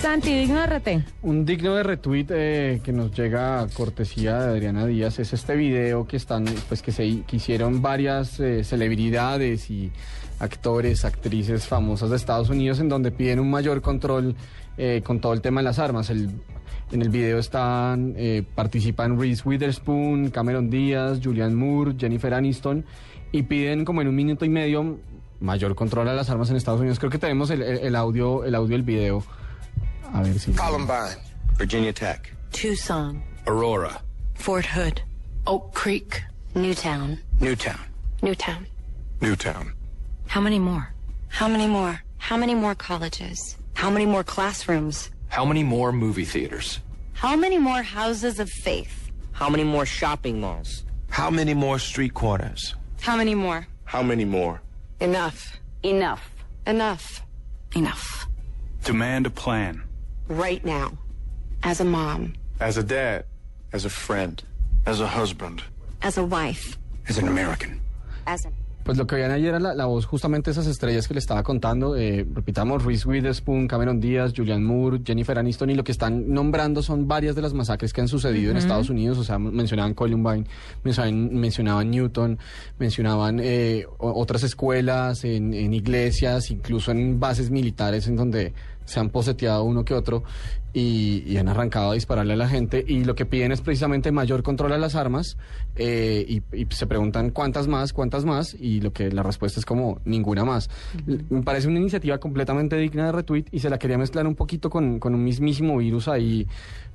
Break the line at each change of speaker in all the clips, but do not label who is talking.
Santi, digno de RT.
Un digno de retweet eh, que nos llega a cortesía de Adriana Díaz es este video que están, pues que se que hicieron varias eh, celebridades y actores, actrices famosas de Estados Unidos en donde piden un mayor control eh, con todo el tema de las armas. El, en el video están eh, participan Reese Witherspoon, Cameron Díaz, Julianne Moore, Jennifer Aniston y piden como en un minuto y medio mayor control a las armas en Estados Unidos. Creo que tenemos el, el- el audio, el audio, el video. A ver si.
Columbine, Virginia Tech,
Tucson,
Aurora,
Fort Hood,
Oak Creek,
Newtown.
Newtown,
Newtown.
Newtown,
How many more?
How many more?
How many more colleges? How many more classrooms?
How many more movie theaters?
How many more houses of faith?
How many more shopping malls?
how many more street corners?
How many more?
How many more?
Enough.
Enough.
Enough. Enough.
Demand a plan.
Right now. As a mom.
As a dad, as a friend, as a husband,
As a wife.
as an American.
As an
Pues lo que veían ayer era la, la voz justamente de esas estrellas que le estaba contando, eh, repitamos, Reese Witherspoon, Cameron Díaz, Julianne Moore, Jennifer Aniston, y lo que están nombrando son varias de las masacres que han sucedido en Estados Unidos, o sea, m- mencionaban Columbine, mencionaban, mencionaban Newton, mencionaban eh, o- otras escuelas, en, en iglesias, incluso en bases militares en donde se han poseteado uno que otro y, y han arrancado a dispararle a la gente y lo que piden es precisamente mayor control a las armas eh, y, y se preguntan cuántas más, cuántas más y lo que la respuesta es como ninguna más. L- Me parece una iniciativa completamente digna de retweet y se la quería mezclar un poquito con, con un mismísimo virus ahí,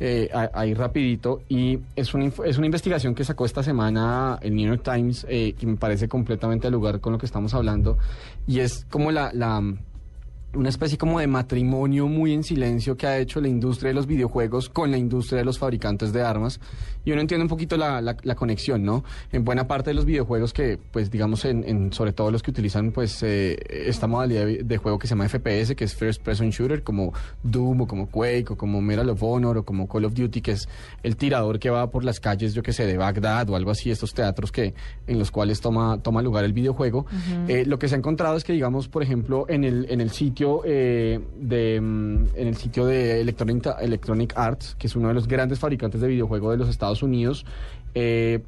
eh, a- ahí rapidito y es una, inf- es una investigación que sacó esta semana el New York Times eh, que me parece completamente al lugar con lo que estamos hablando y es como la- la una especie como de matrimonio muy en silencio que ha hecho la industria de los videojuegos con la industria de los fabricantes de armas. Y uno entiende un poquito la, la- la conexión, ¿no? En buena parte de los videojuegos que, pues, digamos, en, en- sobre todo los que utilizan, pues, eh, esta modalidad de, de juego que se llama FPS, que es First Person Shooter, como Doom o como Quake o como Medal of Honor o como Call of Duty, que es el tirador que va por las calles, yo que sé, de Bagdad o algo así, estos teatros que, en los cuales toma, toma lugar el videojuego. Eh, lo que se ha encontrado es que, digamos, por ejemplo, en el, en el sitio eh, de mm, en el sitio de Electronic, Electronic Arts, que es uno de los grandes fabricantes de videojuegos de los Estados Unidos, eh,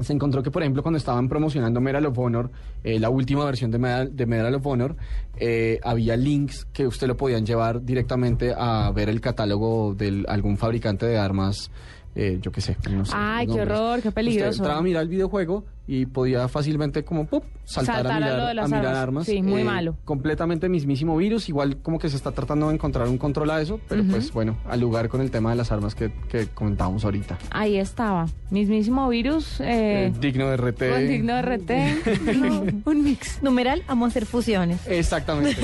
se encontró que, por ejemplo, cuando estaban promocionando Medal of Honor, eh, la última versión de Medal, de Medal of Honor, eh, había links que usted lo podían llevar directamente a ver el catálogo de algún fabricante de armas, eh, yo qué sé. no sé,
Ay,
los
qué
nombres.
horror, qué peligroso.
Usted entraba a mirar el videojuego y podía fácilmente como ¡pup! saltar,
Saltar a
a mirar,
lo de
a
las
mirar
armas.
armas. eh,
Sí, muy malo.
Completamente mismísimo virus, igual como que se está tratando de encontrar un control a eso, pero pues bueno, al lugar con el tema de las armas que, que comentábamos ahorita.
Ahí estaba. Mismísimo virus. Eh,
Eh, digno de RT.
con digno de RT.
Un mix. Numeral, vamos a hacer fusiones.
Exactamente.